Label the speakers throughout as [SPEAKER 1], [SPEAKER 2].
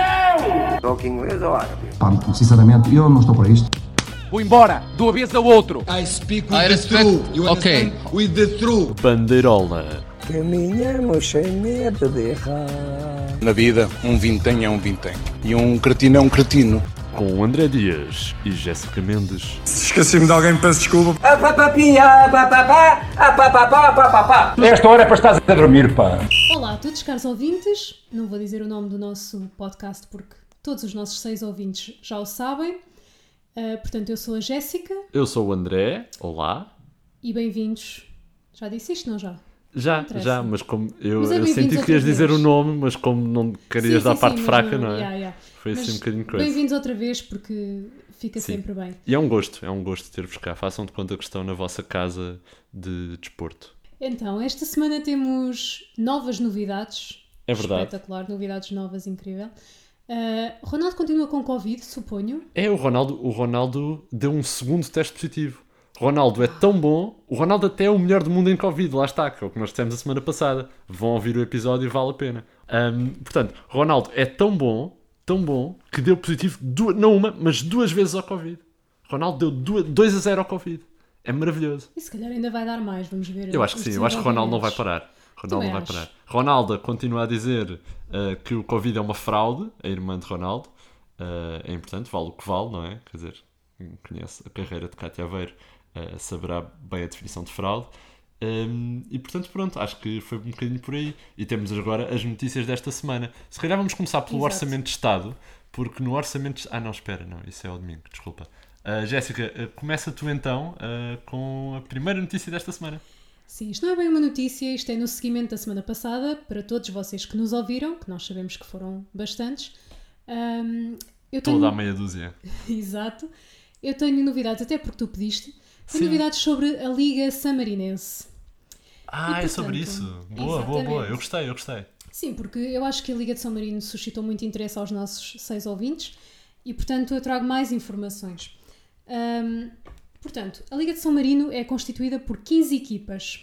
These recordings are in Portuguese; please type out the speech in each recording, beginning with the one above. [SPEAKER 1] Não! Troca inglês ou árabe?
[SPEAKER 2] Pá, sinceramente, eu não estou para isto.
[SPEAKER 3] Vou embora, de uma vez ao outro.
[SPEAKER 4] I speak with I the true. You
[SPEAKER 5] ok.
[SPEAKER 4] With the true.
[SPEAKER 6] Bandeirola.
[SPEAKER 1] Caminhamos sem medo de errar.
[SPEAKER 7] Na vida, um vintém é um vintém. E um cretino é um cretino.
[SPEAKER 6] Com André Dias e Jéssica Mendes.
[SPEAKER 8] Esqueci-me de alguém, peço desculpa.
[SPEAKER 9] Esta hora é para estar a dormir, pá.
[SPEAKER 10] Olá a todos, caros ouvintes. Não vou dizer o nome do nosso podcast porque todos os nossos seis ouvintes já o sabem. Uh, portanto, eu sou a Jéssica.
[SPEAKER 6] Eu sou o André. Olá.
[SPEAKER 10] E bem-vindos. Já disse isto, não já?
[SPEAKER 6] Já,
[SPEAKER 10] Interessa.
[SPEAKER 6] já, mas como eu,
[SPEAKER 10] Mas é
[SPEAKER 6] eu
[SPEAKER 10] bem-vindos
[SPEAKER 6] senti que
[SPEAKER 10] outra
[SPEAKER 6] querias dizer
[SPEAKER 10] vez.
[SPEAKER 6] o nome, mas como não
[SPEAKER 10] Sim,
[SPEAKER 6] querias
[SPEAKER 10] sim,
[SPEAKER 6] dar a
[SPEAKER 10] sim,
[SPEAKER 6] parte
[SPEAKER 10] mas
[SPEAKER 6] fraca,
[SPEAKER 10] não-
[SPEAKER 6] não é?
[SPEAKER 10] yeah, yeah.
[SPEAKER 6] Foi assim
[SPEAKER 10] Mas
[SPEAKER 6] um bocadinho crazy.
[SPEAKER 10] Bem-vindos outra vez porque fica
[SPEAKER 6] Sim.
[SPEAKER 10] sempre bem.
[SPEAKER 6] E é um gosto, é um gosto ter-vos cá. Façam de conta que estão na vossa casa de desporto.
[SPEAKER 10] Então, esta semana temos novas novidades.
[SPEAKER 6] É verdade.
[SPEAKER 10] Espetacular, novidades novas, incrível. Uh, Ronaldo continua com Covid, suponho.
[SPEAKER 6] É, o Ronaldo, o Ronaldo deu um segundo teste positivo. Ronaldo é tão bom, o Ronaldo até é o melhor do mundo em Covid, lá está, que é o que nós dissemos a semana passada. Vão ouvir o episódio e vale a pena. Ahm, portanto, Ronaldo é tão bom, tão bom, que deu positivo, duas, não uma, mas duas vezes ao Covid. Ronaldo deu duas- 2 a 0 ao Covid. É maravilhoso.
[SPEAKER 10] E se calhar ainda vai dar mais, vamos ver.
[SPEAKER 6] Eu acho que
[SPEAKER 10] os
[SPEAKER 6] sim, eu acho que Ronaldo não vai parar. Ronaldo
[SPEAKER 10] Também
[SPEAKER 6] não vai
[SPEAKER 10] acho.
[SPEAKER 6] parar. Ronaldo continua a dizer eh, que o Covid é uma fraude, a irmã de Ronaldo. Eh, é importante, vale o que vale, não é? Quer dizer, quem conhece a carreira de Cátia Aveiro, eh, saberá bem a definição de fraude. Ehm, e portanto, pronto, acho que foi um bocadinho por aí. E temos agora as notícias desta semana. Se calhar vamos começar pelo
[SPEAKER 10] Exato.
[SPEAKER 6] Orçamento de Estado, porque no Orçamento. de- Ah, não, espera, não, isso é ao domingo, desculpa. Eh, Jéssica, eh, começa tu então eh, com a primeira notícia desta semana.
[SPEAKER 10] Sim, isto não é bem uma notícia, isto é no seguimento da semana passada, para todos vocês que nos ouviram, que nós sabemos que foram bastantes. Ahm, eu tenho...
[SPEAKER 6] Toda a meia dúzia.
[SPEAKER 10] Exato. Eu tenho novidades, até porque tu pediste. Tenho
[SPEAKER 6] Sim.
[SPEAKER 10] novidades sobre a Liga Samarinense.
[SPEAKER 6] Ah, é
[SPEAKER 10] portanto,
[SPEAKER 6] sobre isso. Boa, boa, boa.
[SPEAKER 10] exatamente.
[SPEAKER 6] Eu gostei, eu gostei.
[SPEAKER 10] Sim, porque eu acho que a Liga de São Marino suscitou muito interesse aos nossos seis ouvintes e, portanto, eu trago mais informações. Ahm, portanto, a Liga de São Marino é constituída por 15 equipas.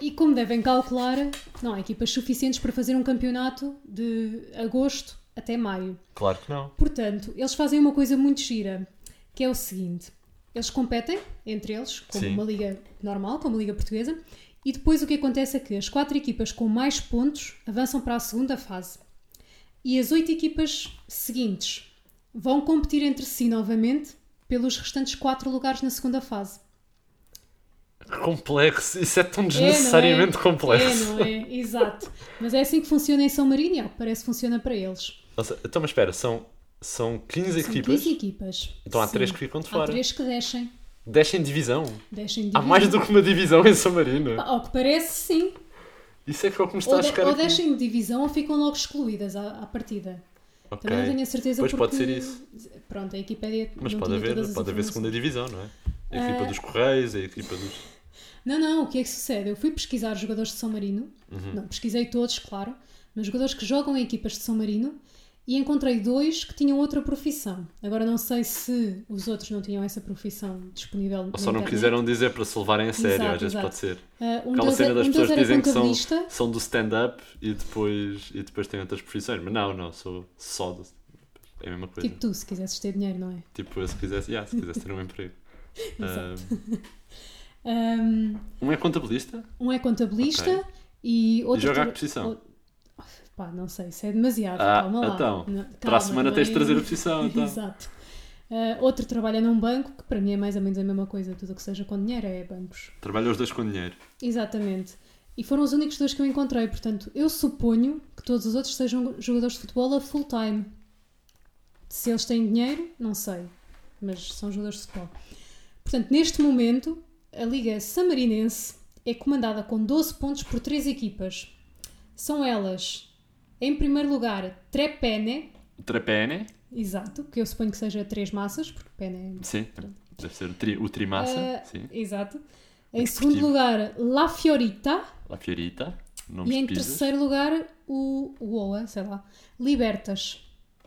[SPEAKER 10] E como devem calcular, não há equipas suficientes para fazer um campeonato de agosto até maio.
[SPEAKER 6] Claro que não.
[SPEAKER 10] Portanto, eles fazem uma coisa muito gira, que é o seguinte: eles competem entre eles, como
[SPEAKER 6] Sim.
[SPEAKER 10] uma liga normal, como a liga portuguesa, e depois o que acontece é que as quatro equipas com mais pontos avançam para a segunda fase. E as oito equipas seguintes vão competir entre si novamente pelos restantes quatro lugares na segunda fase.
[SPEAKER 6] Complexo. Isso é tão
[SPEAKER 10] É, não é?
[SPEAKER 6] desnecessariamente
[SPEAKER 10] É,
[SPEAKER 6] complexo.
[SPEAKER 10] não é? Exato. Mas é assim que funciona em São Marino e ao que parece que funciona para eles.
[SPEAKER 6] Nossa, então, mas espera, são, são 15
[SPEAKER 10] São
[SPEAKER 6] equipas.
[SPEAKER 10] 15 equipas.
[SPEAKER 6] Então há
[SPEAKER 10] Sim.
[SPEAKER 6] três que ficam de
[SPEAKER 10] Há
[SPEAKER 6] fora.
[SPEAKER 10] três que descem.
[SPEAKER 6] Descem divisão.
[SPEAKER 10] Deixem de
[SPEAKER 6] Há mais do que uma divisão em São Marino.
[SPEAKER 10] Ao que parece, sim.
[SPEAKER 6] Isso é que é o que me está
[SPEAKER 10] Ou,
[SPEAKER 6] a
[SPEAKER 10] de-
[SPEAKER 6] chocar
[SPEAKER 10] ou
[SPEAKER 6] aqui.
[SPEAKER 10] deixem de divisão ou ficam logo excluídas à, à partida.
[SPEAKER 6] Ok.
[SPEAKER 10] Também não tenho a certeza
[SPEAKER 6] Pois
[SPEAKER 10] porque...
[SPEAKER 6] pode ser isso.
[SPEAKER 10] Pronto, a Wikipédia
[SPEAKER 6] Mas
[SPEAKER 10] não
[SPEAKER 6] pode
[SPEAKER 10] tinha todas
[SPEAKER 6] haver,
[SPEAKER 10] as
[SPEAKER 6] pode haver
[SPEAKER 10] informações.
[SPEAKER 6] segunda divisão, não é? A
[SPEAKER 10] Ah.
[SPEAKER 6] equipa dos Correios, a equipa dos.
[SPEAKER 10] Não, não, o que é que sucede? Eu fui pesquisar jogadores de São Marino.
[SPEAKER 6] Uhum.
[SPEAKER 10] Não, pesquisei todos, claro. Mas jogadores que jogam em equipas de São Marino. E encontrei dois que tinham outra profissão. Agora não sei se os outros não tinham essa profissão disponível na
[SPEAKER 6] Ou só não
[SPEAKER 10] internet.
[SPEAKER 6] quiseram dizer para se levarem a sério,
[SPEAKER 10] É Exato,
[SPEAKER 6] às vezes
[SPEAKER 10] exato.
[SPEAKER 6] pode ser.
[SPEAKER 10] Ah, um
[SPEAKER 6] Aquela
[SPEAKER 10] deles,
[SPEAKER 6] cena das
[SPEAKER 10] um deles
[SPEAKER 6] pessoas que
[SPEAKER 10] era
[SPEAKER 6] dizem que são,
[SPEAKER 10] contabilista.
[SPEAKER 6] são do stand-up e depois, e depois têm outras profissões. Mas não, não, sou só do. É a mesma coisa.
[SPEAKER 10] Tipo tu, se quisesses ter dinheiro, não é?
[SPEAKER 6] Tipo, eu se quisesse, yeah, se quisesse ter um emprego.
[SPEAKER 10] Exato. Ahm,
[SPEAKER 6] Um, um é contabilista?
[SPEAKER 10] Um é contabilista e outro.
[SPEAKER 6] E joga a
[SPEAKER 10] ter-
[SPEAKER 6] posição?
[SPEAKER 10] o- Pá, não sei, isso é demasiado.
[SPEAKER 6] Ah,
[SPEAKER 10] calma lá.
[SPEAKER 6] então.
[SPEAKER 10] Não-
[SPEAKER 6] Para
[SPEAKER 10] calma,
[SPEAKER 6] a semana tens de
[SPEAKER 10] também-
[SPEAKER 6] trazer a posição, então.
[SPEAKER 10] Exato. Ah, outro trabalha num banco, que para mim é mais ou menos a mesma coisa, tudo o que seja com dinheiro é bancos.
[SPEAKER 6] Trabalha os dois com dinheiro.
[SPEAKER 10] Exatamente. E foram os únicos dois que eu encontrei, portanto, eu suponho que todos os outros sejam jogadores de futebol a full time. Se eles têm dinheiro, não sei, mas são jogadores de futebol. Portanto, neste momento, a Liga Samarinense é comandada com 12 pontos por três equipas. São elas, em primeiro lugar, Trepene,
[SPEAKER 6] Trapene?
[SPEAKER 10] exato, que eu suponho que seja três massas, porque Pene é.
[SPEAKER 6] Sim. Deve ser o, tri, o Trimassa.
[SPEAKER 10] Ah,
[SPEAKER 6] Sim.
[SPEAKER 10] Exato.
[SPEAKER 6] É
[SPEAKER 10] Em segundo
[SPEAKER 6] desportivo.
[SPEAKER 10] lugar, La Fiorita.
[SPEAKER 6] La Fiorita. Nomes
[SPEAKER 10] E é em
[SPEAKER 6] de pizzas.
[SPEAKER 10] terceiro lugar, o, o OA, sei lá, Libertas.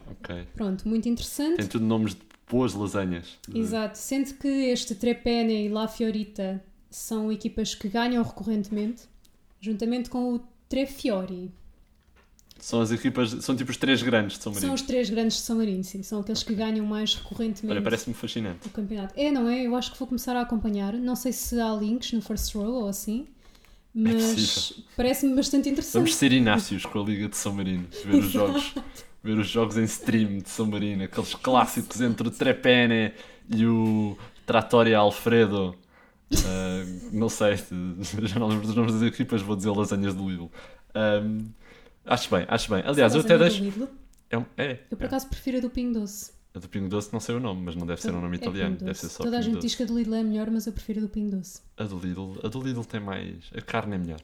[SPEAKER 6] Ok.
[SPEAKER 10] Pronto, muito
[SPEAKER 6] Tem
[SPEAKER 10] interessante.
[SPEAKER 6] tudo nomes de boas lasanhas. De-
[SPEAKER 10] Exato, sendo que este Trepene e La Fiorita são equipas que ganham recorrentemente, juntamente com o Trefiori.
[SPEAKER 6] São as equipas, são tipo os três grandes de São
[SPEAKER 10] São
[SPEAKER 6] Marino.
[SPEAKER 10] os três grandes de São Marino, sim. São aqueles que ganham mais
[SPEAKER 6] Olha,
[SPEAKER 10] recorrentemente
[SPEAKER 6] parece-me fascinante.
[SPEAKER 10] o campeonato. É, não é? Eu acho que vou começar a acompanhar. Não sei se há links no First Row ou assim, mas
[SPEAKER 6] É possível.
[SPEAKER 10] parece-me bastante
[SPEAKER 6] Vamos
[SPEAKER 10] interessante.
[SPEAKER 6] ser Inácios com a Liga de São Marino, ver os jogos, ver os jogos em stream de São Marino, aqueles clássicos entre o Trepene e o Trattoria Alfredo. Ah, não sei, já não lembro dos nomes das equipas, vou dizer lasanhas do Lidl. Ahm, acho bem, acho bem. Aliás, eu até
[SPEAKER 10] Lasanha do
[SPEAKER 6] deixo.
[SPEAKER 10] Lidl.
[SPEAKER 6] É, um- é,
[SPEAKER 10] Eu por
[SPEAKER 6] é.
[SPEAKER 10] acaso prefiro a do Pingo Doce.
[SPEAKER 6] A do Pingo Doce não sei o nome, mas não deve ser um nome
[SPEAKER 10] É Pingo
[SPEAKER 6] italiano, deve
[SPEAKER 10] Doce.
[SPEAKER 6] ser só
[SPEAKER 10] Toda a
[SPEAKER 6] Pingo
[SPEAKER 10] gente
[SPEAKER 6] Doce.
[SPEAKER 10] diz que a do Lidl é melhor, mas eu prefiro a do Pingo Doce.
[SPEAKER 6] A do Lidl, a do Lidl tem mais. A carne é melhor.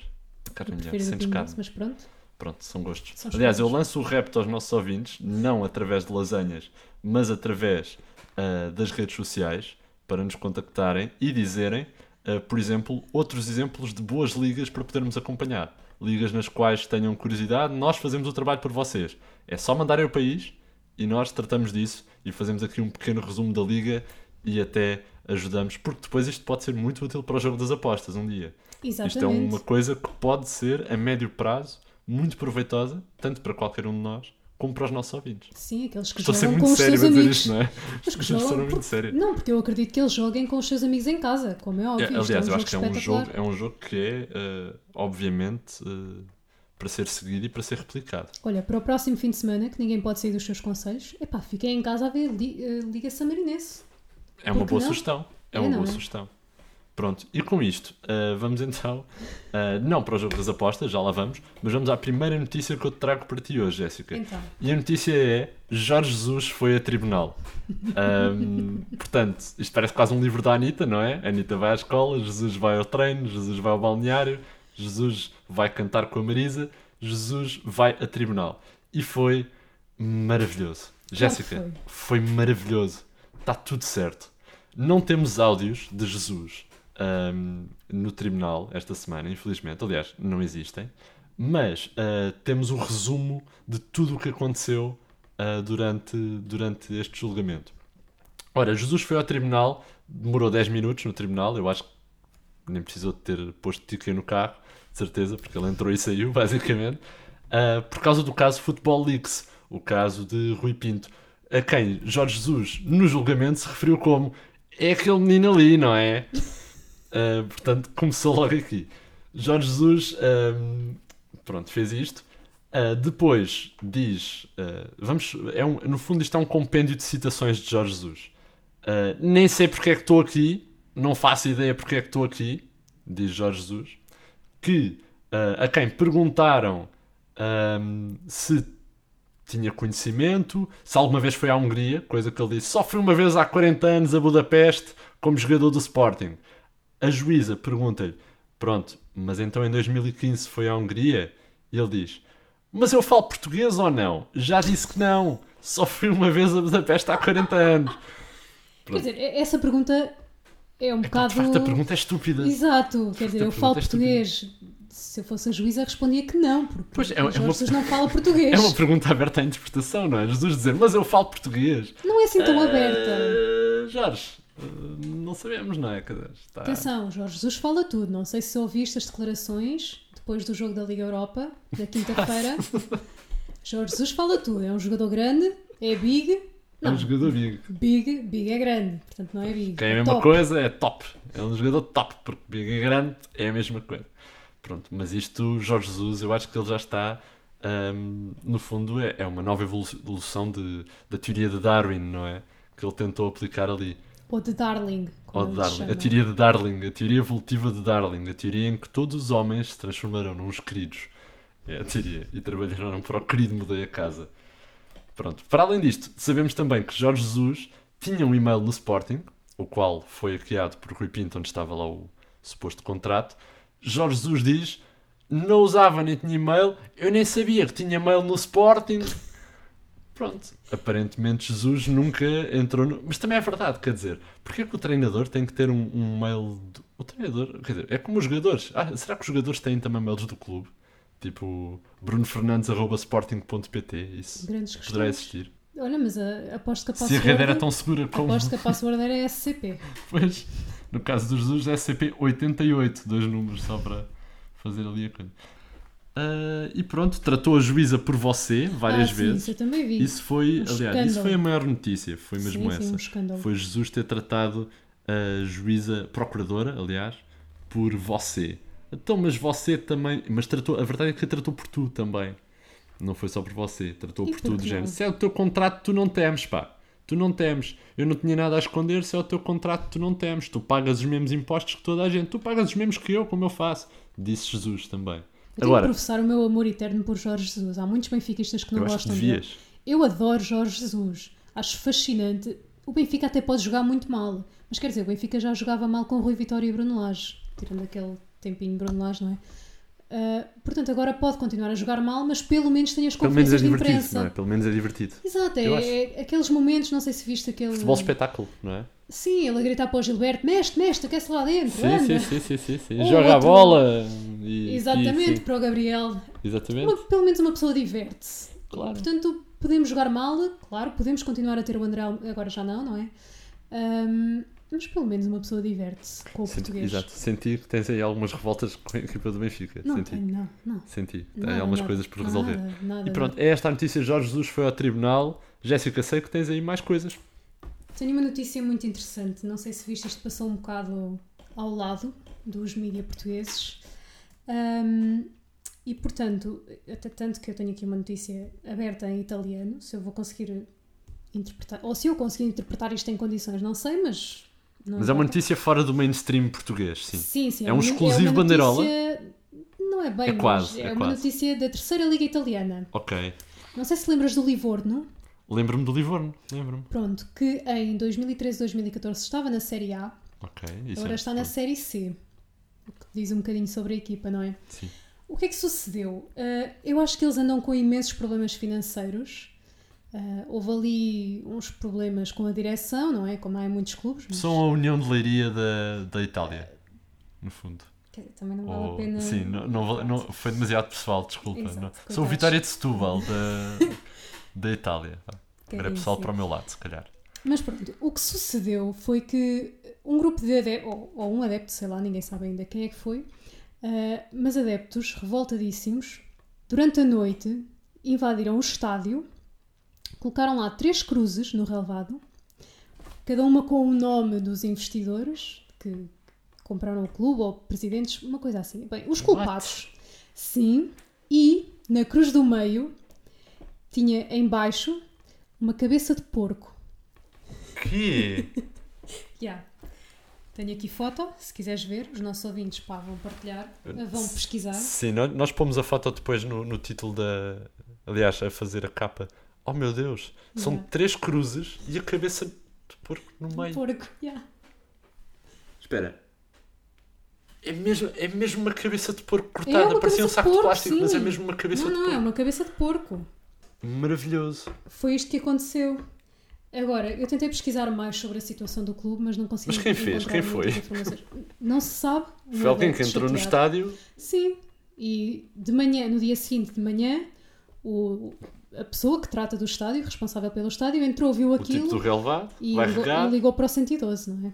[SPEAKER 6] A carne
[SPEAKER 10] Eu
[SPEAKER 6] é melhor,
[SPEAKER 10] prefiro a do
[SPEAKER 6] sentes
[SPEAKER 10] Pingo
[SPEAKER 6] carne.
[SPEAKER 10] Doce, mas pronto.
[SPEAKER 6] Pronto, são gostos.
[SPEAKER 10] São
[SPEAKER 6] Aliás, eu
[SPEAKER 10] escolhas.
[SPEAKER 6] lanço o repto aos nossos ouvintes, não através de lasanhas, mas através ah, das redes sociais, para nos contactarem e dizerem, ah, por exemplo, outros exemplos de boas ligas para podermos acompanhar. Ligas nas quais tenham curiosidade, nós fazemos o trabalho por vocês. É só mandarem o país e nós tratamos disso e fazemos aqui um pequeno resumo da liga e até ajudamos, porque depois isto pode ser muito útil para o jogo das apostas um dia. Isto é
[SPEAKER 10] Exatamente.
[SPEAKER 6] uma coisa que pode ser, a médio prazo, muito proveitosa, tanto para qualquer um de nós, como para os nossos ouvintes.
[SPEAKER 10] Sim, aqueles que
[SPEAKER 6] Estou a ser
[SPEAKER 10] jogam com
[SPEAKER 6] muito
[SPEAKER 10] os
[SPEAKER 6] sério a
[SPEAKER 10] seus
[SPEAKER 6] dizer
[SPEAKER 10] amigos.
[SPEAKER 6] isto, não é?
[SPEAKER 10] Mas que
[SPEAKER 6] Estou a ser
[SPEAKER 10] jogam,
[SPEAKER 6] muito
[SPEAKER 10] porque-
[SPEAKER 6] sério.
[SPEAKER 10] Não, porque eu acredito que eles joguem com os seus amigos em casa, como é
[SPEAKER 6] É,
[SPEAKER 10] óbvio. Isto
[SPEAKER 6] aliás,
[SPEAKER 10] um
[SPEAKER 6] eu acho que é um
[SPEAKER 10] espetacular.
[SPEAKER 6] jogo, é um jogo que é, eh, obviamente, eh, para ser seguido e para ser replicado.
[SPEAKER 10] Olha, para o próximo fim de semana, que ninguém pode sair dos seus conselhos, epá, fiquem em casa a ver li, eh, Liga Samarinense.
[SPEAKER 6] É uma
[SPEAKER 10] Porque
[SPEAKER 6] boa
[SPEAKER 10] não?
[SPEAKER 6] sugestão. É
[SPEAKER 10] É,
[SPEAKER 6] uma
[SPEAKER 10] não
[SPEAKER 6] boa
[SPEAKER 10] é?
[SPEAKER 6] sugestão. Pronto, e com isto, ah, vamos então, ah, não para o jogo das apostas, já lá vamos, mas vamos à primeira notícia que eu te trago para ti hoje, Jéssica.
[SPEAKER 10] Então.
[SPEAKER 6] E a notícia é: Jorge Jesus foi a tribunal. Ahm, portanto, isto parece quase um livro da Anitta, não é? A Anitta vai à escola, Jesus vai ao treino, Jesus vai ao balneário, Jesus vai cantar com a Marisa, Jesus vai a tribunal. E foi maravilhoso. Jéssica, foi maravilhoso. Está tudo certo. Não temos áudios de Jesus ahm, no tribunal esta semana, infelizmente. Aliás, não existem. Mas ah, temos um resumo de tudo o que aconteceu ah, durante, durante este julgamento. Ora, Jesus foi ao tribunal, demorou 10 minutos no tribunal, eu acho que nem precisou de ter posto ticket no carro, de certeza, porque ele entrou e saiu, basicamente, ah, por causa do caso Futebol Leaks, o caso de Rui Pinto, a quem Jorge Jesus, no julgamento, se referiu como é aquele menino ali, não é? Ah, portanto, começou logo aqui. Jorge Jesus, eh, ahm, pronto, fez isto. Ah, depois diz, ah, vamos, é um, no fundo isto é um compêndio de citações de Jorge Jesus. Uh, nem sei porque é que estou aqui, não faço ideia porque é que estou aqui, diz Jorge Jesus, que uh, a quem perguntaram um, se tinha conhecimento, se alguma vez foi à Hungria, coisa que ele disse, só fui uma vez há 40 anos a Budapeste como jogador do Sporting. A juíza pergunta-lhe, pronto, mas então em 2015 foi à Hungria? E ele diz, mas eu falo português ou não? Já disse que não, só fui uma vez a Budapeste há 40 anos.
[SPEAKER 10] Quer dizer, é- essa pergunta é um
[SPEAKER 6] Pá,
[SPEAKER 10] bocado.
[SPEAKER 6] De facto, a pergunta é estúpida.
[SPEAKER 10] Exato, quer dizer, eu
[SPEAKER 6] pergunta
[SPEAKER 10] falo
[SPEAKER 6] é
[SPEAKER 10] português. Se eu fosse a juíza, respondia que não, porque
[SPEAKER 6] Pois, é- é
[SPEAKER 10] Jorge
[SPEAKER 6] uma-
[SPEAKER 10] Jesus não fala português.
[SPEAKER 6] É uma pergunta aberta à interpretação, não é? Jesus dizer, mas eu falo português.
[SPEAKER 10] Não é assim tão aberta.
[SPEAKER 6] Eh, Jorge, eh, não sabemos, não é? Quer dizer, está-
[SPEAKER 10] Atenção, Jorge Jesus fala tudo. Não sei se ouviste as declarações depois do jogo da Liga Europa, na quinta-feira. Jorge Jesus fala tudo. É um jogador grande, é big.
[SPEAKER 6] É
[SPEAKER 10] Não,
[SPEAKER 6] um jogador big.
[SPEAKER 10] big, big é grande, portanto não é big.
[SPEAKER 6] Que é a
[SPEAKER 10] é
[SPEAKER 6] mesma
[SPEAKER 10] top.
[SPEAKER 6] coisa, é top. É um jogador top, porque big e grande é a mesma coisa. Pronto, mas isto, Jorge Jesus, eu acho que ele já está. ahm, no fundo, é, é uma nova evolu- evolução de, da teoria de Darwin, não é? Que ele tentou aplicar ali.
[SPEAKER 10] Ou de Darling. Como
[SPEAKER 6] Ou de
[SPEAKER 10] ele se
[SPEAKER 6] Darwin.
[SPEAKER 10] chama.
[SPEAKER 6] Oh, A teoria de Darling, a teoria evolutiva de Darling, a teoria em que todos os homens se transformarão nos queridos. É a teoria. E trabalharão para o querido mudei a casa. Pronto. Para além disto, sabemos também que Jorge Jesus tinha um e-mail no Sporting, o qual foi hackeado por Rui Pinto, onde estava lá o suposto contrato. Jorge Jesus diz: não usava nem tinha e-mail, eu nem sabia que tinha e-mail no Sporting. Pronto. Aparentemente Jesus nunca entrou no... Mas também é verdade, quer dizer, porque é que o treinador tem que ter um, um mail... Do... O treinador, quer dizer, é como os jogadores. Ah, será que os jogadores têm também mails do clube? Tipo, brunofernandes.sporting.pt Isso
[SPEAKER 10] Grandes
[SPEAKER 6] poderá
[SPEAKER 10] questões.
[SPEAKER 6] existir.
[SPEAKER 10] Olha, mas a, aposto que a
[SPEAKER 6] Se a
[SPEAKER 10] password... é-
[SPEAKER 6] rede era tão segura como...
[SPEAKER 10] Aposto que a password era SCP.
[SPEAKER 6] Pois, no caso dos Jesus, é SCP-88, dois números só para fazer ali a coisa. Ah, e pronto, tratou a juíza por você várias
[SPEAKER 10] ah, sim,
[SPEAKER 6] vezes.
[SPEAKER 10] isso eu também vi.
[SPEAKER 6] Isso foi,
[SPEAKER 10] Um
[SPEAKER 6] aliás, isso
[SPEAKER 10] escândalo.
[SPEAKER 6] foi a maior notícia, foi mesmo
[SPEAKER 10] Sim, sim, um
[SPEAKER 6] essa.
[SPEAKER 10] escândalo.
[SPEAKER 6] foi Jesus ter tratado a juíza procuradora, aliás, por você. Então, mas você também, mas tratou, a verdade é que tratou por tu também. Não foi só por você, tratou
[SPEAKER 10] E
[SPEAKER 6] por
[SPEAKER 10] por
[SPEAKER 6] tu,
[SPEAKER 10] que não?
[SPEAKER 6] de género. Se é o teu contrato, tu não temes, pá. Tu não temes. Eu não tinha nada a esconder, se é o teu contrato, tu não temes. Tu pagas os mesmos impostos que toda a gente. Tu pagas os mesmos que eu, como eu faço. Disse Jesus também.
[SPEAKER 10] Eu tenho que professar o meu amor eterno por Jorge Jesus. Há muitos benfiquistas que não
[SPEAKER 6] Eu acho que
[SPEAKER 10] gostam
[SPEAKER 6] devias.
[SPEAKER 10] dele. Eu adoro Jorge Jesus. Acho fascinante. O Benfica até pode jogar muito mal. Mas quer dizer, o Benfica já jogava mal com Rui Vitória e Bruno Lage. Tirando aquele tempinho de Bruno Lage, não é? Ah, portanto, agora pode continuar a jogar mal, mas pelo menos tem as
[SPEAKER 6] pelo menos é
[SPEAKER 10] conferências de
[SPEAKER 6] divertido,
[SPEAKER 10] imprensa.
[SPEAKER 6] não é? Pelo menos é divertido.
[SPEAKER 10] Exato, é,
[SPEAKER 6] Eu acho.
[SPEAKER 10] é aqueles momentos, não sei se viste aquele...
[SPEAKER 6] Futebol espetáculo, não é?
[SPEAKER 10] Sim, ele a gritar para o Gilberto, mestre, mestre, aquece lá dentro,
[SPEAKER 6] Sim,
[SPEAKER 10] anda.
[SPEAKER 6] sim, sim, sim, sim, sim.
[SPEAKER 10] Ou
[SPEAKER 6] Joga
[SPEAKER 10] é?
[SPEAKER 6] a
[SPEAKER 10] Um outro-
[SPEAKER 6] bola. e-
[SPEAKER 10] Exatamente,
[SPEAKER 6] e- sim,
[SPEAKER 10] para o Gabriel.
[SPEAKER 6] Exatamente.
[SPEAKER 10] Uma- pelo menos uma pessoa diverte-se.
[SPEAKER 6] Claro.
[SPEAKER 10] Portanto, podemos jogar mal, claro, podemos continuar a ter o André, Al- agora já não, não é? Ahm, mas pelo menos uma pessoa diverte-se com o
[SPEAKER 6] Senti,
[SPEAKER 10] português.
[SPEAKER 6] exato. Senti que tens aí algumas revoltas com a equipa do Benfica.
[SPEAKER 10] Não
[SPEAKER 6] Senti.
[SPEAKER 10] tenho, não, não.
[SPEAKER 6] Senti. Tem
[SPEAKER 10] Nada,
[SPEAKER 6] algumas
[SPEAKER 10] nada,
[SPEAKER 6] coisas por
[SPEAKER 10] nada,
[SPEAKER 6] resolver.
[SPEAKER 10] nada,
[SPEAKER 6] e pronto,
[SPEAKER 10] nada.
[SPEAKER 6] é esta a notícia. Jorge Jesus foi ao tribunal. Jéssica, sei que tens aí mais coisas.
[SPEAKER 10] Tenho uma notícia muito interessante, não sei se viste, isto passou um bocado ao lado dos mídias portugueses. Ahm, e portanto, até tanto que eu tenho aqui uma notícia aberta em italiano, se eu vou conseguir interpretar, ou se eu conseguir interpretar isto em condições, não sei, mas. não
[SPEAKER 6] Mas é uma
[SPEAKER 10] importa.
[SPEAKER 6] notícia fora do mainstream português, sim.
[SPEAKER 10] Sim, sim.
[SPEAKER 6] É um
[SPEAKER 10] uma-
[SPEAKER 6] exclusivo
[SPEAKER 10] uma
[SPEAKER 6] Bandeirola?
[SPEAKER 10] notícia- Não é bem,
[SPEAKER 6] É
[SPEAKER 10] mas
[SPEAKER 6] quase,
[SPEAKER 10] é,
[SPEAKER 6] é
[SPEAKER 10] uma
[SPEAKER 6] quase.
[SPEAKER 10] notícia da terceira liga italiana.
[SPEAKER 6] Ok.
[SPEAKER 10] Não sei se lembras do Livorno,
[SPEAKER 6] Lembro-me do Livorno. Lembro-me.
[SPEAKER 10] pronto, que em 2013, 2014 estava na Série A,
[SPEAKER 6] Ok. Isso
[SPEAKER 10] agora
[SPEAKER 6] é-
[SPEAKER 10] está na Série C, o que diz um bocadinho sobre a equipa, não é?
[SPEAKER 6] Sim.
[SPEAKER 10] O que é que sucedeu? Ah, eu acho que eles andam com imensos problemas financeiros. Ah, houve ali uns problemas com a direção, não é? Como há em muitos clubes. Mas,
[SPEAKER 6] São a União de Leiria da, da Itália. No fundo.
[SPEAKER 10] quer dizer, também não vale
[SPEAKER 6] Ou-
[SPEAKER 10] a pena.
[SPEAKER 6] Oh, Sim, não, não vale- não- foi demasiado pessoal, desculpa.
[SPEAKER 10] Exato,
[SPEAKER 6] não. Sou o
[SPEAKER 10] coitados.
[SPEAKER 6] Vitória de Setúbal, da, da Itália. vá.
[SPEAKER 10] Quer
[SPEAKER 6] Era pessoal
[SPEAKER 10] dizer.
[SPEAKER 6] para o meu lado, se calhar.
[SPEAKER 10] Mas pronto, o que sucedeu foi que um grupo de adeptos, ou, ou um adepto, sei lá, ninguém sabe ainda quem é que foi, ah, mas adeptos revoltadíssimos, durante a noite invadiram o estádio, colocaram lá três cruzes no relevado, cada uma com o nome dos investidores que compraram o clube, ou presidentes, uma coisa assim. Bem, os culpados. Sim, e na cruz do meio tinha em baixo uma cabeça de porco.
[SPEAKER 6] Que?
[SPEAKER 10] Yeah. Tenho aqui foto, se quiseres ver, os nossos ouvintes pá, vão partilhar, vão pesquisar.
[SPEAKER 6] Sim, nó- nós pomos a foto depois no, no título da. Aliás, a fazer a capa. Oh meu Deus! São
[SPEAKER 10] Yeah.
[SPEAKER 6] três cruzes e a cabeça de porco no meio.
[SPEAKER 10] Porco, yeah.
[SPEAKER 6] Espera. É mesmo, é mesmo uma cabeça de porco
[SPEAKER 10] É
[SPEAKER 6] cortada,
[SPEAKER 10] uma
[SPEAKER 6] parecia
[SPEAKER 10] cabeça
[SPEAKER 6] um
[SPEAKER 10] de
[SPEAKER 6] saco de
[SPEAKER 10] porco,
[SPEAKER 6] plástico,
[SPEAKER 10] sim.
[SPEAKER 6] mas é mesmo uma cabeça
[SPEAKER 10] Não,
[SPEAKER 6] de
[SPEAKER 10] não,
[SPEAKER 6] porco.
[SPEAKER 10] é uma cabeça de porco.
[SPEAKER 6] Maravilhoso.
[SPEAKER 10] Foi isto que aconteceu. Agora, eu tentei pesquisar mais sobre a situação do clube, mas não consegui
[SPEAKER 6] Mas quem fez?
[SPEAKER 10] encontrar
[SPEAKER 6] Quem
[SPEAKER 10] muitas
[SPEAKER 6] foi?
[SPEAKER 10] informações. Não se sabe. um
[SPEAKER 6] Foi alguém que
[SPEAKER 10] adepto
[SPEAKER 6] entrou no
[SPEAKER 10] chateado.
[SPEAKER 6] estádio
[SPEAKER 10] Sim, e de manhã, no dia seguinte de manhã, o, a pessoa que trata do estádio, responsável pelo estádio, entrou, viu
[SPEAKER 6] O tipo
[SPEAKER 10] aquilo
[SPEAKER 6] do relevado,
[SPEAKER 10] e,
[SPEAKER 6] vai
[SPEAKER 10] ligou,
[SPEAKER 6] regar.
[SPEAKER 10] e ligou para o 112, não é?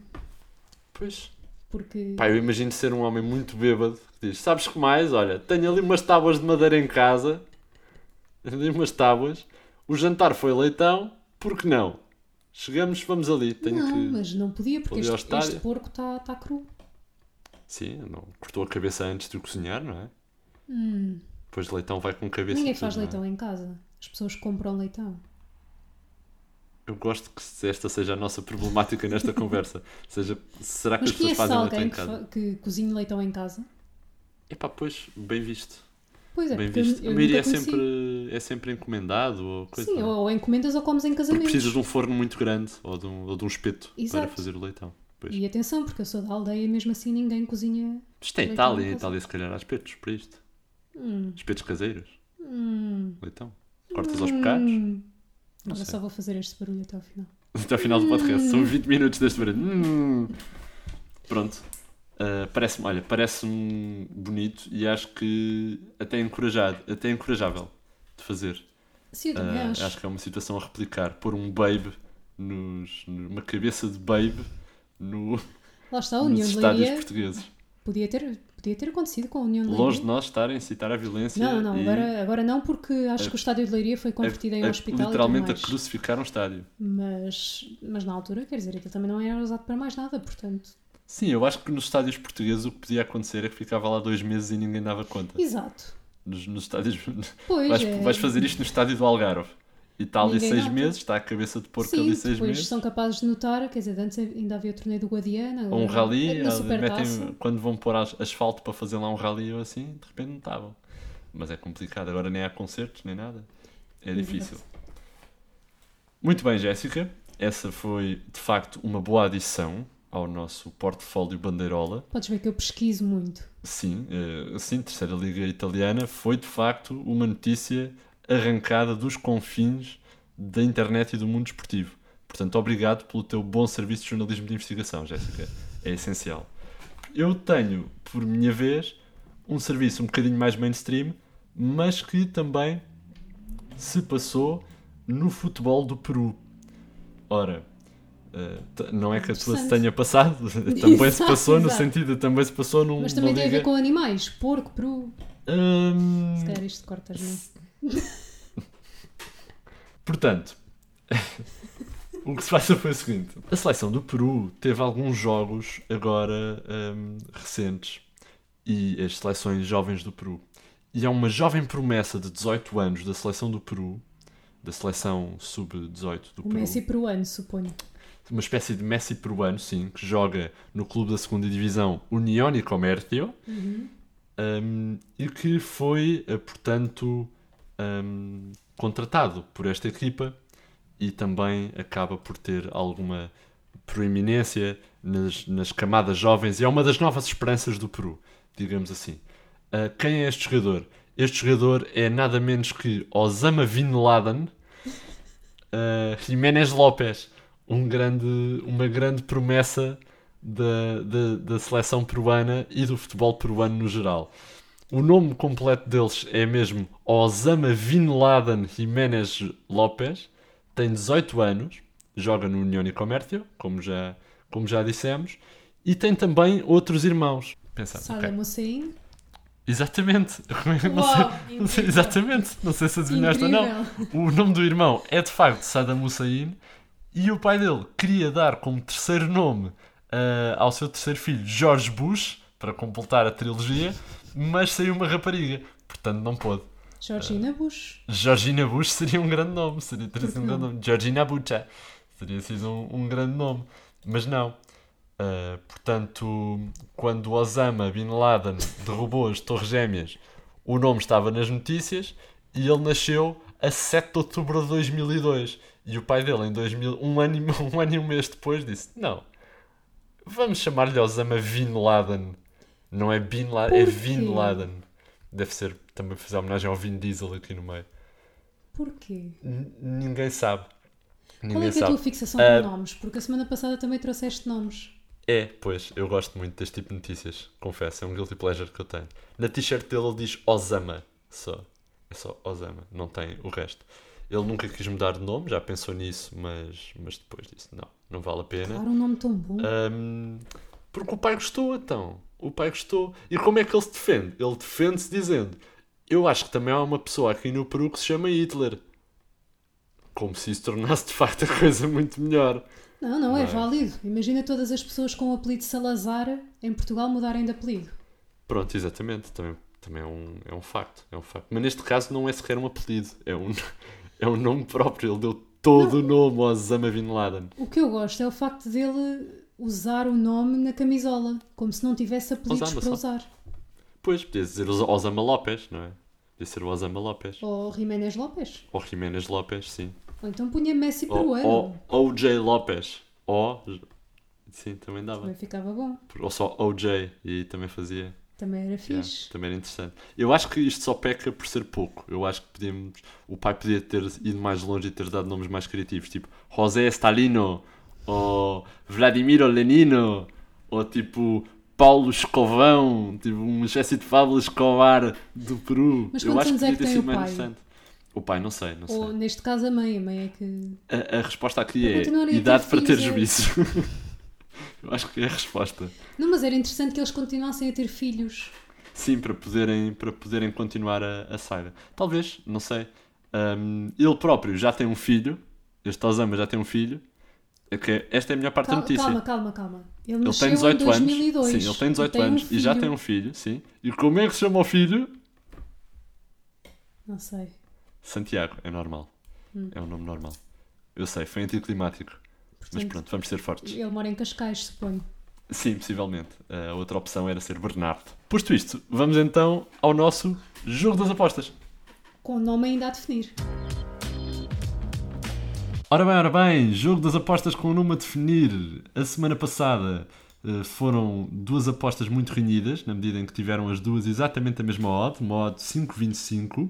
[SPEAKER 6] Pois.
[SPEAKER 10] Porque
[SPEAKER 6] Pá, eu imagino ser um homem muito bêbado que diz: Sabes que mais? Olha, tenho ali umas tábuas de madeira em casa. Ali umas tábuas. O jantar foi leitão, por que não? Chegamos, vamos ali. Tenho
[SPEAKER 10] não,
[SPEAKER 6] que.
[SPEAKER 10] mas não podia, porque
[SPEAKER 6] ali ao
[SPEAKER 10] este, este
[SPEAKER 6] estádio.
[SPEAKER 10] porco está tá cru.
[SPEAKER 6] Sim, não. cortou a cabeça antes de o cozinhar, não é? Pois leitão vai com cabeça.
[SPEAKER 10] Hum. Ninguém
[SPEAKER 6] e tudo,
[SPEAKER 10] faz
[SPEAKER 6] não é?
[SPEAKER 10] leitão em casa. As pessoas compram leitão.
[SPEAKER 6] Eu gosto que esta seja a nossa problemática nesta conversa. Ou seja, será que
[SPEAKER 10] Mas
[SPEAKER 6] as pessoas
[SPEAKER 10] conheces
[SPEAKER 6] fazem leitão
[SPEAKER 10] alguém
[SPEAKER 6] em
[SPEAKER 10] que,
[SPEAKER 6] casa?
[SPEAKER 10] fa- que cozinha leitão em casa?
[SPEAKER 6] Epá, pois, bem visto.
[SPEAKER 10] Pois é,
[SPEAKER 6] Bem
[SPEAKER 10] porque eu-
[SPEAKER 6] visto.
[SPEAKER 10] eu
[SPEAKER 6] a maioria é
[SPEAKER 10] nunca conheci.
[SPEAKER 6] sempre, é sempre encomendado ou coisa.
[SPEAKER 10] Sim,
[SPEAKER 6] não é?
[SPEAKER 10] ou, ou encomendas ou comes em
[SPEAKER 6] Porque
[SPEAKER 10] casamentos.
[SPEAKER 6] precisas de um forno muito grande ou de um, ou de um espeto
[SPEAKER 10] Exato.
[SPEAKER 6] para fazer o leitão. Pois.
[SPEAKER 10] E atenção, porque eu sou da aldeia e mesmo assim ninguém cozinha.
[SPEAKER 6] Isto é
[SPEAKER 10] leitão
[SPEAKER 6] Itália,
[SPEAKER 10] em
[SPEAKER 6] em
[SPEAKER 10] casa.
[SPEAKER 6] Itália se calhar há espetos para isto.
[SPEAKER 10] Hum,
[SPEAKER 6] Espetos caseiros. Leitão. Cortas aos bocados.
[SPEAKER 10] Agora hum, só vou fazer este barulho até ao final.
[SPEAKER 6] Até ao final do podcast. São 20 minutos deste barulho. Hum. Pronto. Ah, parece-me, olha, parece-me bonito e acho que até encorajado, até encorajável de fazer.
[SPEAKER 10] Sim, eu também
[SPEAKER 6] Ah,
[SPEAKER 10] acho.
[SPEAKER 6] acho que é uma situação a replicar. Pôr um babe nos, numa cabeça de babe no,
[SPEAKER 10] Lá está a
[SPEAKER 6] nos
[SPEAKER 10] União de
[SPEAKER 6] estádios
[SPEAKER 10] Leiria.
[SPEAKER 6] portugueses.
[SPEAKER 10] Podia ter, Podia ter acontecido com a União de Leiria.
[SPEAKER 6] Longe de nós estar a incitar a violência.
[SPEAKER 10] Uhum. Não, não,
[SPEAKER 6] e
[SPEAKER 10] agora, é agora não, porque acho que o estádio de Leiria foi
[SPEAKER 6] a-
[SPEAKER 10] convertido em
[SPEAKER 6] a-
[SPEAKER 10] hospital
[SPEAKER 6] Literalmente
[SPEAKER 10] e tudo
[SPEAKER 6] a
[SPEAKER 10] mais.
[SPEAKER 6] crucificar um estádio.
[SPEAKER 10] Mas, mas na altura, quer dizer, aquilo também não era usado para mais nada, portanto.
[SPEAKER 6] Sim, eu acho que nos estádios portugueses o que podia acontecer é que ficava lá dois meses e ninguém dava conta.
[SPEAKER 10] Exato.
[SPEAKER 6] Nos, nos estádios.
[SPEAKER 10] Pois
[SPEAKER 6] vais,
[SPEAKER 10] é.
[SPEAKER 6] vais fazer isto no estádio do Algarve. E está ali
[SPEAKER 10] Ninguém
[SPEAKER 6] seis
[SPEAKER 10] nota.
[SPEAKER 6] meses, está a cabeça de porco
[SPEAKER 10] Sim,
[SPEAKER 6] ali seis
[SPEAKER 10] depois
[SPEAKER 6] meses.
[SPEAKER 10] são capazes de notar, quer dizer, antes ainda havia o torneio do Guadiana,
[SPEAKER 6] Ou um
[SPEAKER 10] agora-
[SPEAKER 6] rally,
[SPEAKER 10] na
[SPEAKER 6] eles metem,
[SPEAKER 10] é Supertaça.
[SPEAKER 6] quando vão pôr as- asfalto para fazer lá um rally ou assim, de repente não estavam. Mas é complicado, agora nem há concertos, nem nada.
[SPEAKER 10] Uhum.
[SPEAKER 6] É difícil. Muito bem, Jéssica. Essa foi, de facto, uma boa adição ao nosso portfólio bandeirola.
[SPEAKER 10] Podes ver que eu pesquiso muito.
[SPEAKER 6] Sim, eh, sim, Terceira Liga Italiana foi, de facto, uma notícia arrancada dos confins da internet e do mundo esportivo. Portanto, obrigado pelo teu bom serviço de jornalismo de investigação, Jéssica. É essencial. Eu tenho, por minha vez, um serviço um bocadinho mais mainstream, mas que também se passou no futebol do Peru. Ora, eh, t- não é que a tua se
[SPEAKER 10] Interessante.
[SPEAKER 6] tenha passado, também se
[SPEAKER 10] Exato,
[SPEAKER 6] passou no
[SPEAKER 10] exato.
[SPEAKER 6] sentido, também se passou num.
[SPEAKER 10] Mas também
[SPEAKER 6] numa
[SPEAKER 10] tem a ver
[SPEAKER 6] liga-
[SPEAKER 10] com animais, porco, peru,
[SPEAKER 6] Hum,
[SPEAKER 10] se calhar isto cortas, não é?
[SPEAKER 6] Portanto, o que se passa foi o seguinte: a seleção do Peru teve alguns jogos agora hum, recentes e as seleções jovens do Peru. E há uma jovem promessa de 18 anos da seleção do Peru, da seleção sub-18 do
[SPEAKER 10] O
[SPEAKER 6] Peru,
[SPEAKER 10] Messi peruano, suponho.
[SPEAKER 6] uma espécie de Messi peruano, sim, que joga no clube da segunda divisão União e Comércio um, e que foi, eh, portanto, um, contratado por esta equipa e também acaba por ter alguma proeminência nas, nas camadas jovens e é uma das novas esperanças do Peru, digamos assim. Ah, quem é este jogador? Este jogador é nada menos que Osama Bin Laden ah, Jiménez López, um grande, uma grande promessa da, da, da seleção peruana e do futebol peruano no geral. O nome completo deles é mesmo Osama Bin Laden Jiménez López, tem 18 anos, joga no União e Comércio, como já, como já dissemos, e tem também outros irmãos. Pensamos, ok.
[SPEAKER 10] Saddam Hussein,
[SPEAKER 6] Exatamente. Não
[SPEAKER 10] Uau,
[SPEAKER 6] sei- não sei-
[SPEAKER 10] incrível.
[SPEAKER 6] exatamente. Não sei se adivinhaste ou não. O nome do irmão é de facto Saddam Hussein e o pai dele queria dar como terceiro nome ah, ao seu terceiro filho George Bush para completar a trilogia, mas saiu uma rapariga, portanto não pôde. Ah.
[SPEAKER 10] Georgina Bush.
[SPEAKER 6] Georgina Bush seria um grande nome, seria teria sido um grande nome. Georgina Bucha seria sido um, um grande nome, mas não. Ah, portanto, quando Osama Bin Laden derrubou as Torres Gêmeas, o nome estava nas notícias e ele nasceu a 7 de outubro de 2002. E o pai dele, em 2000, um, ano, e- um ano e um mês depois, disse: Não, vamos chamar-lhe Osama Bin Laden. Não é Bin Laden, é
[SPEAKER 10] Por
[SPEAKER 6] Bin
[SPEAKER 10] quê?
[SPEAKER 6] Laden. Deve ser também fazer homenagem ao Vin Diesel aqui no meio.
[SPEAKER 10] Porquê?
[SPEAKER 6] N- ninguém sabe.
[SPEAKER 10] Qual
[SPEAKER 6] Ninguém
[SPEAKER 10] é que é a
[SPEAKER 6] sabe.
[SPEAKER 10] tua fixação
[SPEAKER 6] Ah,
[SPEAKER 10] de nomes? Porque a semana passada também trouxeste nomes.
[SPEAKER 6] É, pois, eu gosto muito deste tipo de notícias, confesso, é um guilty pleasure que eu tenho. Na t-shirt dele ele diz Osama, só. É só Osama, não tem o resto. Ele nunca quis mudar de nome, já pensou nisso, mas, mas depois disse, não, não vale a pena.
[SPEAKER 10] Claro, um nome tão bom.
[SPEAKER 6] Ahm, porque o pai gostou, então. O pai gostou. E como é que ele se defende? Ele defende-se dizendo: Eu acho que também há uma pessoa aqui no Peru que se chama Hitler. Como se isso tornasse de facto a coisa muito melhor.
[SPEAKER 10] Não, não é válido. Imagina todas as pessoas com o apelido Salazar em Portugal mudarem de apelido.
[SPEAKER 6] Pronto, exatamente. Também, também é, um, é um facto. É um facto. Mas neste caso não é sequer um apelido. É um, é um nome próprio. Ele deu todo o nome ao Osama Bin Laden.
[SPEAKER 10] O que eu gosto é o facto dele usar o nome na camisola, como se não tivesse apelidos
[SPEAKER 6] Osama
[SPEAKER 10] para
[SPEAKER 6] só.
[SPEAKER 10] usar.
[SPEAKER 6] Pois, podia dizer Os- Osama López, não é? Podia ser o Osama López.
[SPEAKER 10] Ou Jiménez López.
[SPEAKER 6] Ou Jiménez López, sim.
[SPEAKER 10] Ou então punha Messi
[SPEAKER 6] O-
[SPEAKER 10] peruano.
[SPEAKER 6] O- OJ Lopes. O. Sim, também dava.
[SPEAKER 10] Também ficava bom.
[SPEAKER 6] Ou só OJ. E aí também fazia.
[SPEAKER 10] Também era
[SPEAKER 6] Yeah,
[SPEAKER 10] fixe.
[SPEAKER 6] também era interessante. Eu acho que isto só peca por ser pouco. Eu acho que podíamos. O pai podia ter ido mais longe e ter dado nomes mais criativos. Tipo José Stalino. Ou Vladimiro Lenino. Ou tipo. Paulo Escovão, tipo uma espécie de Pablo Escobar do Peru.
[SPEAKER 10] Mas
[SPEAKER 6] eu
[SPEAKER 10] quantos
[SPEAKER 6] acho
[SPEAKER 10] anos
[SPEAKER 6] que
[SPEAKER 10] é
[SPEAKER 6] podia
[SPEAKER 10] que
[SPEAKER 6] ter
[SPEAKER 10] tem
[SPEAKER 6] sido
[SPEAKER 10] o
[SPEAKER 6] mais
[SPEAKER 10] pai?
[SPEAKER 6] interessante. O pai, não sei, não
[SPEAKER 10] Ou
[SPEAKER 6] sei.
[SPEAKER 10] neste caso a mãe. A mãe é que.
[SPEAKER 6] A, a resposta aqui
[SPEAKER 10] Para
[SPEAKER 6] é
[SPEAKER 10] continuarem a ter
[SPEAKER 6] idade para ter
[SPEAKER 10] filhos, é.
[SPEAKER 6] juízo. Eu acho que é a resposta.
[SPEAKER 10] Não, mas era interessante que eles continuassem a ter filhos.
[SPEAKER 6] Sim, para poderem, para poderem continuar a, a saga. Talvez, não sei. Ahm, ele próprio já tem um filho. Este Osama já tem um filho. É que esta é a melhor parte da
[SPEAKER 10] Calma,
[SPEAKER 6] notícia.
[SPEAKER 10] calma, calma, calma. Ele,
[SPEAKER 6] Ele
[SPEAKER 10] nasceu
[SPEAKER 6] tem
[SPEAKER 10] em
[SPEAKER 6] 18 anos.
[SPEAKER 10] 2002.
[SPEAKER 6] Sim, ele tem 18
[SPEAKER 10] um
[SPEAKER 6] anos e já
[SPEAKER 10] filho.
[SPEAKER 6] tem um filho, sim. E como é que se chama o filho?
[SPEAKER 10] Não sei.
[SPEAKER 6] Santiago, é normal.
[SPEAKER 10] Hum.
[SPEAKER 6] É um nome normal. Eu sei, foi anticlimático. Mas
[SPEAKER 10] Portanto,
[SPEAKER 6] pronto, vamos ser fortes.
[SPEAKER 10] Ele mora em Cascais, suponho.
[SPEAKER 6] Sim, possivelmente. A outra opção era ser Bernardo. Posto isto, vamos então ao nosso jogo das apostas.
[SPEAKER 10] Com o nome ainda a definir.
[SPEAKER 6] Ora bem, ora bem, jogo das apostas com o nome a definir. A semana passada eh, foram duas apostas muito renhidas, na medida em que tiveram as duas exatamente a mesma odd, uma odd 5.25.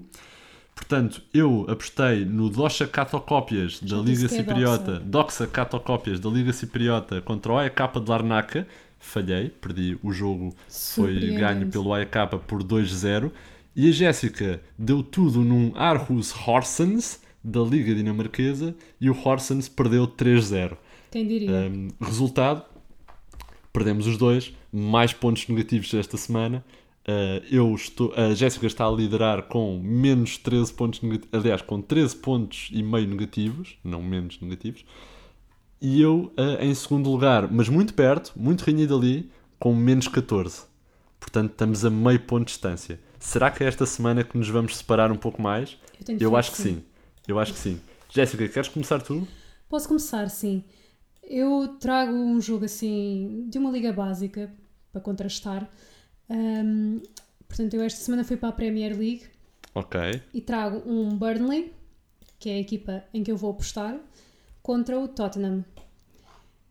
[SPEAKER 6] Portanto, eu apostei no Doxa Catocópias da
[SPEAKER 10] Já
[SPEAKER 6] Liga
[SPEAKER 10] disse que é
[SPEAKER 6] Cipriota, Doxa Catocópias da Liga Cipriota contra o AEK de Larnaca. Falhei, perdi o jogo, foi
[SPEAKER 10] Surpreendente.
[SPEAKER 6] ganho pelo AEK por 2-0. E a Jéssica deu tudo num Aarhus Horsens da Liga Dinamarquesa e o Horsens perdeu 3-0.
[SPEAKER 10] Quem diria?
[SPEAKER 6] Um, resultado, perdemos os dois, mais pontos negativos esta semana. Uh, eu estou, a Jéssica está a liderar com menos 13 pontos negativos, aliás, com 13 pontos e meio negativos, não menos negativos, e eu uh, em segundo lugar, mas muito perto, muito renhido ali, com menos 14. Portanto, estamos a meio ponto de distância. Será que é esta semana que nos vamos separar um pouco mais?
[SPEAKER 10] Eu tenho
[SPEAKER 6] eu
[SPEAKER 10] fé
[SPEAKER 6] acho
[SPEAKER 10] que
[SPEAKER 6] que sim. Eu acho que sim. Jéssica, queres começar tu?
[SPEAKER 10] Posso começar, sim. Eu trago um jogo assim de uma liga básica para contrastar. Ahm, portanto, eu esta semana fui para a Premier League
[SPEAKER 6] Ok.
[SPEAKER 10] e trago um Burnley, que é a equipa em que eu vou apostar, contra o Tottenham.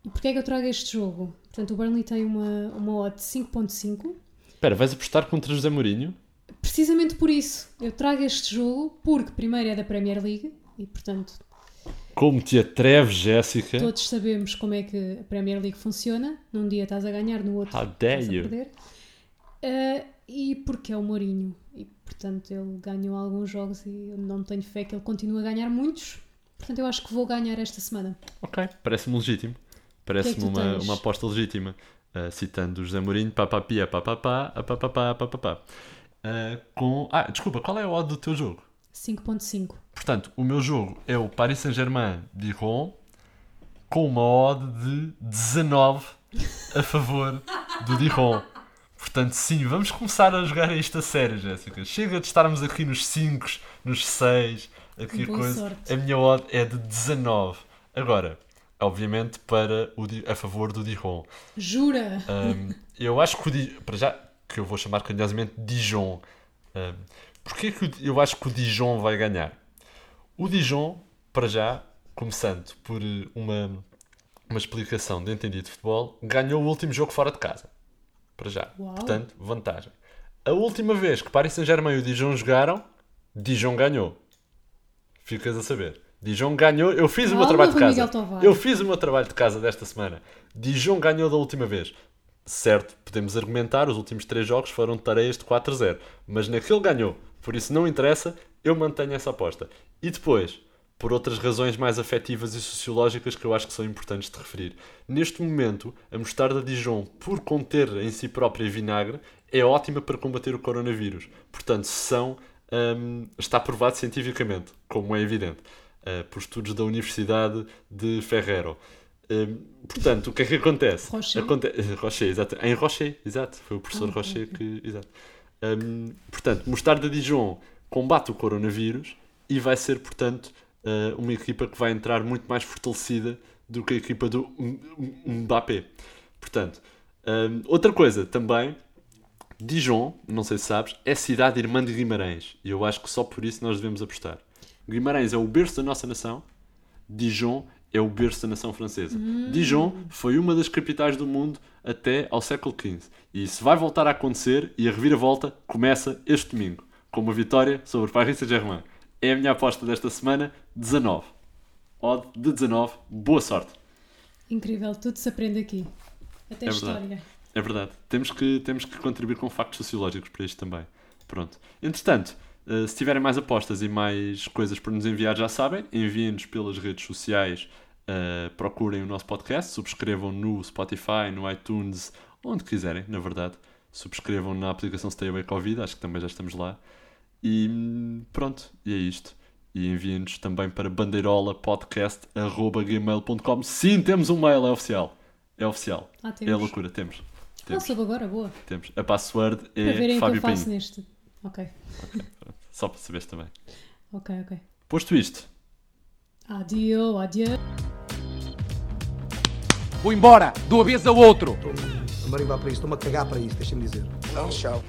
[SPEAKER 10] E porquê é que eu trago este jogo? Portanto, o Burnley tem uma, uma odd de 5.5.
[SPEAKER 6] Espera, vais apostar contra José Mourinho?
[SPEAKER 10] Precisamente por isso, eu trago este jogo porque primeiro é da Premier League e, portanto,
[SPEAKER 6] Como te atreves, Jéssica?
[SPEAKER 10] Todos sabemos como é que a Premier League funciona. Num dia estás a ganhar, no outro
[SPEAKER 6] How dare
[SPEAKER 10] estás a
[SPEAKER 6] you.
[SPEAKER 10] perder. Ah, e porque é o Mourinho. E, portanto, ele ganhou alguns jogos e eu não tenho fé que ele continue a ganhar muitos. Portanto, eu acho que vou ganhar esta semana.
[SPEAKER 6] Ok, parece-me legítimo. Parece-me
[SPEAKER 10] é tu
[SPEAKER 6] uma,
[SPEAKER 10] tens?
[SPEAKER 6] uma aposta legítima. Ah, citando o José Mourinho, papapia, papapá, apapapá, papapá. Ah, com... Ah, desculpa, qual é a odd do teu jogo?
[SPEAKER 10] 5.5.
[SPEAKER 6] Portanto, o meu jogo é o Paris Saint-Germain de Ron com uma odd de 19 a favor do Diron. Portanto, sim, vamos começar a jogar isto a sério, Jéssica. Chega de estarmos aqui nos 5, nos 6, aqui a
[SPEAKER 10] Boa
[SPEAKER 6] coisa.
[SPEAKER 10] sorte.
[SPEAKER 6] A minha odd é de 19. Agora, obviamente, para o, Di- a favor do Diron.
[SPEAKER 10] Jura!
[SPEAKER 6] Um, eu acho que o Di- para já que eu vou chamar carinhosamente Dijon. Um, porquê que o Di- eu acho que o Dijon vai ganhar? O Dijon, para já, começando por eh, uma, uma explicação de entendido de futebol, ganhou o último jogo fora de casa. Para já.
[SPEAKER 10] Uau.
[SPEAKER 6] Portanto, vantagem. A última vez que Paris Saint-Germain e o Dijon jogaram, Dijon ganhou. Ficas a saber. Dijon ganhou. Eu fiz o meu
[SPEAKER 10] Calma,
[SPEAKER 6] trabalho de
[SPEAKER 10] Rui
[SPEAKER 6] casa.
[SPEAKER 10] Miguel Tovar.
[SPEAKER 6] Eu fiz o meu trabalho de casa desta semana. Dijon ganhou da última vez. Certo, podemos argumentar, os últimos três jogos foram tareias de 4-0, mas naquele ganhou, por isso não interessa, eu mantenho essa aposta. E depois, por outras razões mais afetivas e sociológicas que eu acho que são importantes de referir. Neste momento, a mostarda Dijon, por conter em si própria vinagre, é ótima para combater o coronavírus. Portanto, são, hum, está provado cientificamente, como é evidente, eh, por estudos da Universidade de Ferrero. Hum, portanto, o que é que acontece?
[SPEAKER 10] Rocher.
[SPEAKER 6] Aconte- eh, Rocher, exato. Em Rocher, exato. Foi o professor Rocher que. Exato. Hum, portanto, Mostarda Dijon combate o coronavírus e vai ser, portanto, eh, uma equipa que vai entrar muito mais fortalecida do que a equipa do M- M- Mbappé. Portanto, hum, outra coisa também, Dijon, não sei se sabes, é cidade irmã de Guimarães e eu acho que só por isso nós devemos apostar. Guimarães é o berço da nossa nação, Dijon é o berço da nação francesa. Dijon foi uma das capitais do mundo até ao século XV. E isso vai voltar a acontecer e a reviravolta começa este domingo, com uma vitória sobre o Paris Saint-Germain. É a minha aposta desta semana, 19. Odd de 19. Boa sorte.
[SPEAKER 10] Incrível, tudo se aprende aqui. Até
[SPEAKER 6] É
[SPEAKER 10] história.
[SPEAKER 6] verdade. É verdade. Temos que, temos que contribuir com factos sociológicos para isto também. Pronto. Entretanto, eh, se tiverem mais apostas e mais coisas para nos enviar, já sabem, enviem-nos pelas redes sociais Uh, procurem o nosso podcast, subscrevam no Spotify, no iTunes, onde quiserem, na verdade. Subscrevam na aplicação Stay Away Covid, acho que também já estamos lá. E hum, pronto, e é isto. E enviem-nos também para bandeirolapodcast.gmail.com Sim, temos um mail, é oficial. É oficial.
[SPEAKER 10] Ah,
[SPEAKER 6] É
[SPEAKER 10] temos.
[SPEAKER 6] a loucura, temos.
[SPEAKER 10] Ah,
[SPEAKER 6] Temos,
[SPEAKER 10] soube agora, boa.
[SPEAKER 6] temos. A password
[SPEAKER 10] Para
[SPEAKER 6] é
[SPEAKER 10] verem o que
[SPEAKER 6] Fábio
[SPEAKER 10] eu faço
[SPEAKER 6] Pinho.
[SPEAKER 10] neste. Ok,
[SPEAKER 6] Só para saberes também.
[SPEAKER 10] ok, ok.
[SPEAKER 6] Posto isto,
[SPEAKER 10] Adio, adio.
[SPEAKER 3] Vou embora, de uma vez ao outro.
[SPEAKER 4] Marimba para isto, estou-me a cagar para isto, deixa-me dizer.
[SPEAKER 7] Não, tchau.